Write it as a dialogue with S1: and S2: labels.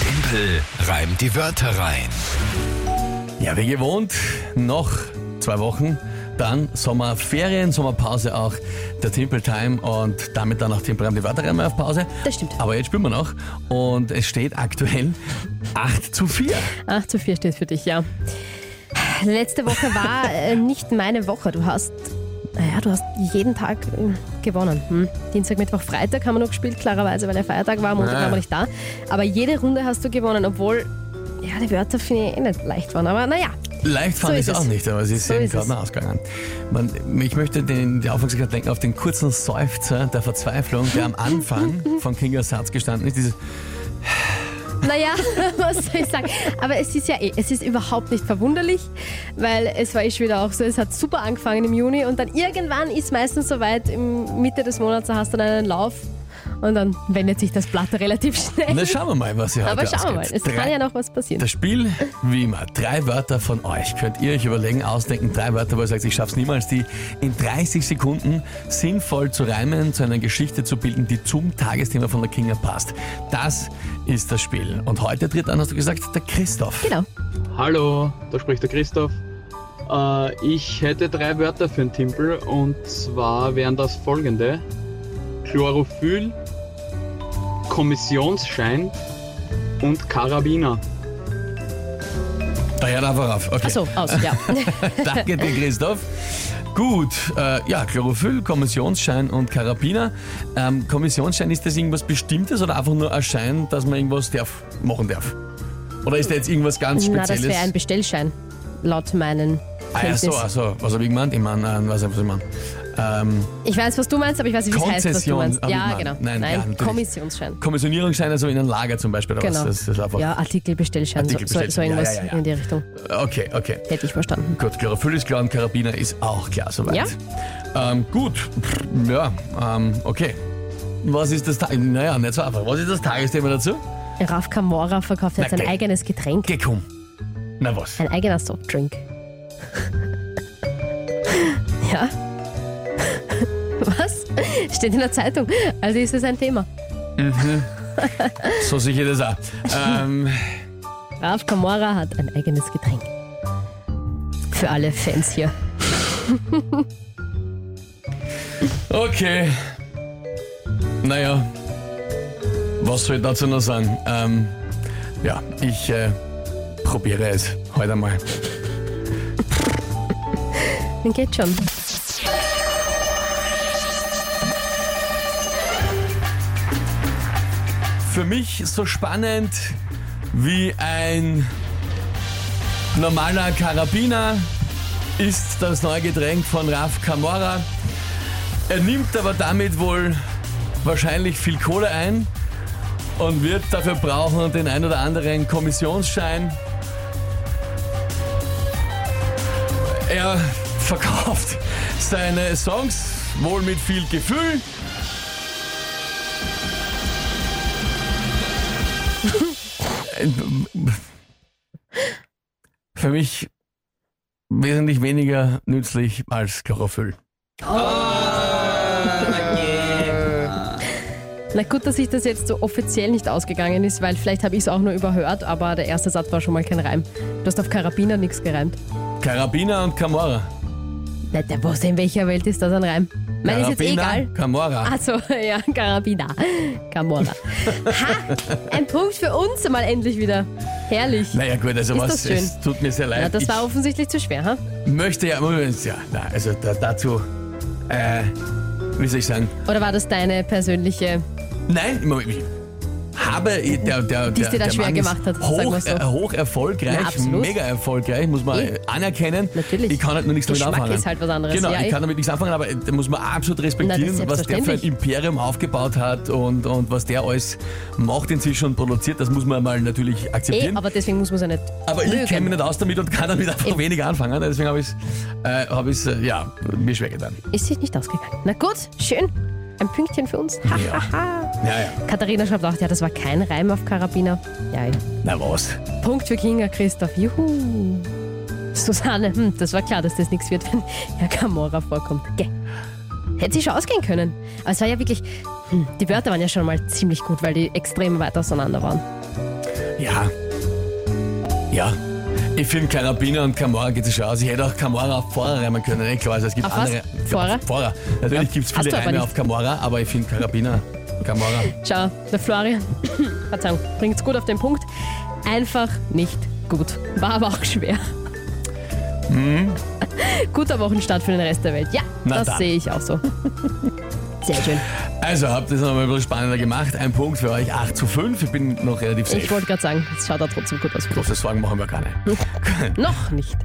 S1: Tempel reimt die Wörter rein.
S2: Ja, wie gewohnt, noch zwei Wochen, dann Sommerferien, Sommerpause auch, der Temple Time und damit dann auch Temple Time die Wörter rein mal auf Pause.
S3: Das stimmt.
S2: Aber jetzt spielen wir noch und es steht aktuell 8 zu 4.
S3: 8 zu 4 steht für dich, ja. Letzte Woche war äh, nicht meine Woche. Du hast, naja, du hast jeden Tag äh, gewonnen. Hm. Dienstag, Mittwoch, Freitag haben wir noch gespielt, klarerweise, weil der Feiertag war, Montag
S2: Ah.
S3: waren wir nicht da. Aber jede Runde hast du gewonnen, obwohl, ja, die Wörter finde ich eh nicht leicht waren. Aber naja,
S2: Leicht fand
S3: So
S2: ich
S3: ist
S2: es auch
S3: es.
S2: nicht, aber es ist
S3: So
S2: eben
S3: ist
S2: gerade
S3: es.
S2: noch ausgegangen. Man, ich möchte den, die Aufmerksamkeit lenken auf den kurzen Seufzer der Verzweiflung, der am Anfang von Kingas Satz gestanden ist. Dieses,
S3: Naja, was soll ich sagen? Aber es ist ja eh, es ist überhaupt nicht verwunderlich, weil es war eh schon wieder auch so, es hat super angefangen im Juni und dann irgendwann ist meistens soweit, im Mitte des Monats da hast du dann einen Lauf und dann wendet sich das Blatt relativ schnell.
S2: na, schauen wir mal, was hier heute
S3: Aber schauen wir mal,
S2: ausgeht.
S3: es kann
S2: Drei-
S3: ja noch was passieren.
S2: Das Spiel, wie immer, drei Wörter von euch. Könnt ihr euch überlegen, ausdenken, drei Wörter, wo ihr sagt, ich schaff's niemals, die in 30 Sekunden sinnvoll zu reimen, zu einer Geschichte zu bilden, die zum Tagesthema von der Kinga passt. Das ist das Spiel. Und heute tritt an, hast du gesagt, der Christoph.
S3: Genau.
S4: Hallo, da spricht der Christoph. Äh, ich hätte drei Wörter für den Timpel und zwar wären das folgende: Chlorophyll, Kommissionsschein und Karabiner.
S2: Da hört einfach auf. Okay.
S3: Achso, aus, ja.
S2: Danke dir, Christoph. Gut, äh, ja, Chlorophyll, Kommissionsschein und Karabiner. Ähm, Kommissionsschein, ist das irgendwas Bestimmtes oder einfach nur ein Schein, dass man irgendwas darf, machen darf? Oder ist da jetzt irgendwas ganz
S3: Na,
S2: Spezielles?
S3: das wäre ein Bestellschein, laut meinen
S2: Ah, ja, so,
S3: Kenntnissen.
S2: ach so. Was habe ich gemeint? Ich meine, nein, weiß nicht, was ich meine. Ähm,
S3: Ich weiß, was du meinst, aber ich weiß nicht, wie es heißt, was du
S2: Konzession,
S3: meinst.
S2: hab ich
S3: Ja,
S2: gemeint.
S3: genau.
S2: Nein, ja, natürlich.
S3: Kommissionsschein.
S2: Kommissionierungsschein, also in einem Lager zum Beispiel. Oder
S3: Genau.
S2: was? Das, das ist einfach,
S3: Ja, Artikelbestellschein, so, so, so
S2: Artikelbestellschein, ja,
S3: irgendwas
S2: ja, ja.
S3: in die Richtung.
S2: Okay, okay.
S3: Hätte ich verstanden.
S2: Gut, Chlorophyll ist klar und Karabiner ist auch klar soweit.
S3: Ja.
S2: Ähm, gut, Pff, ja, ähm, okay. Was ist das Tagesthema? Naja, nicht so einfach. Was ist das Tagesthema dazu?
S3: Raf Camora verkauft jetzt
S2: Na,
S3: ein
S2: geh.
S3: eigenes Getränk.
S2: Gekum. Na was?
S3: Ein eigener Softdrink. ja? Was? Steht in der Zeitung. Also ist es ein Thema.
S2: So sicher das auch. Ähm,
S3: Raf Camora hat ein eigenes Getränk. Für alle Fans hier.
S2: okay. Naja, was soll ich dazu noch sagen? Ähm, ja, ich äh, probiere es heute einmal.
S3: Dann geht schon.
S2: Für mich so spannend wie ein normaler Karabiner ist das neue Getränk von Raf Camora. Er nimmt aber damit wohl wahrscheinlich viel Kohle ein und wird dafür brauchen den ein oder anderen Kommissionsschein. Er verkauft seine Songs wohl mit viel Gefühl. Für mich wesentlich weniger nützlich als Chlorophyll.
S3: Na gut, dass ich das jetzt so offiziell nicht ausgegangen ist, weil vielleicht habe ich es auch nur überhört, aber der erste Satz war schon mal kein Reim. Du hast auf Karabiner nichts gereimt.
S2: Karabiner und Camorra.
S3: Na, der, was, in welcher Welt ist das ein Reim? Mein ist jetzt eh
S2: Karabiner,
S3: egal.
S2: Camorra.
S3: Also, ja, Karabiner. Camorra. Ha! Ein Punkt für uns mal endlich wieder. Herrlich.
S2: Naja gut, also
S3: Ist
S2: was,
S3: das schön?
S2: es tut mir sehr leid.
S3: Na, das
S2: ich
S3: war offensichtlich zu schwer, ha?
S2: möchte ja, übrigens, ja, na, also da, dazu, äh, wie soll ich sagen,
S3: Oder war das deine persönliche?
S2: nein, im Moment, ich habe, äh, der, der,
S3: es
S2: der,
S3: dir
S2: der
S3: dann schwer
S2: Mann ist
S3: gemacht hat, sagen
S2: hoch,
S3: wir's so.
S2: äh, hoch
S3: Na,
S2: erfolgreich,
S3: absolut.
S2: mega erfolgreich, muss man
S3: Eh.
S2: anerkennen.
S3: Natürlich.
S2: Ich kann halt nur nichts damit
S3: Geschmack
S2: anfangen.
S3: ist halt was anderes.
S2: Genau,
S3: Ja,
S2: ich
S3: eh.
S2: kann damit nichts anfangen, aber da muss man absolut respektieren,
S3: Na, das ist
S2: was der für ein Imperium aufgebaut hat und, und was der alles macht inzwischen und produziert. Das muss man mal natürlich
S3: Eh,
S2: akzeptieren.
S3: aber deswegen muss man es ja nicht.
S2: Aber ich
S3: mögen.
S2: kenne mich nicht aus damit und kann damit einfach
S3: Eben.
S2: weniger anfangen. Deswegen habe ich es, äh, hab ich's, äh, ja, mir schwer getan.
S3: Ist sich nicht ausgegangen. Na gut, schön. Ein Pünktchen für uns. Ha,
S2: Ja.
S3: ha, ha.
S2: Ja, ja.
S3: Katharina schreibt auch, ja, das war kein Reim auf Karabiner. Ja, ja.
S2: Na was?
S3: Punkt für Kinga Christoph. Juhu. Susanne, hm, das war klar, dass das nichts wird, wenn Herr Camorra vorkommt. Gell. Hätte sie schon ausgehen können. Aber es war ja wirklich. Hm, die Wörter waren ja schon mal ziemlich gut, weil die extrem weit auseinander waren.
S2: Ja. Ja. Ich finde Karabiner und Kamora geht es schon aus. Ich hätte auch Kamora auf Fahrer reimen können. Eh klar, also es gibt
S3: Auf was?
S2: andere.
S3: Fahrer?
S2: Fahrer. Natürlich gibt es
S3: Hast
S2: viele
S3: du aber
S2: Reime
S3: nicht.
S2: auf Kamora, aber ich finde Karabiner. Kamora.
S3: Ciao, der Florian. Verzeihung, bringt's gut auf den Punkt. Einfach nicht gut. War aber auch schwer. Guter Wochenstart für den Rest der Welt. Ja,
S2: Mhm. Na
S3: das
S2: dann.
S3: sehe ich auch so. Sehr schön.
S2: Also habt ihr es nochmal ein bisschen spannender gemacht. Ein Punkt für euch, 8 zu 5. Ich bin noch relativ
S3: Ich
S2: safe.
S3: wollte gerade sagen, es schaut da trotzdem gut aus.
S2: Große Sorgen machen wir gar nicht.
S3: Noch nicht.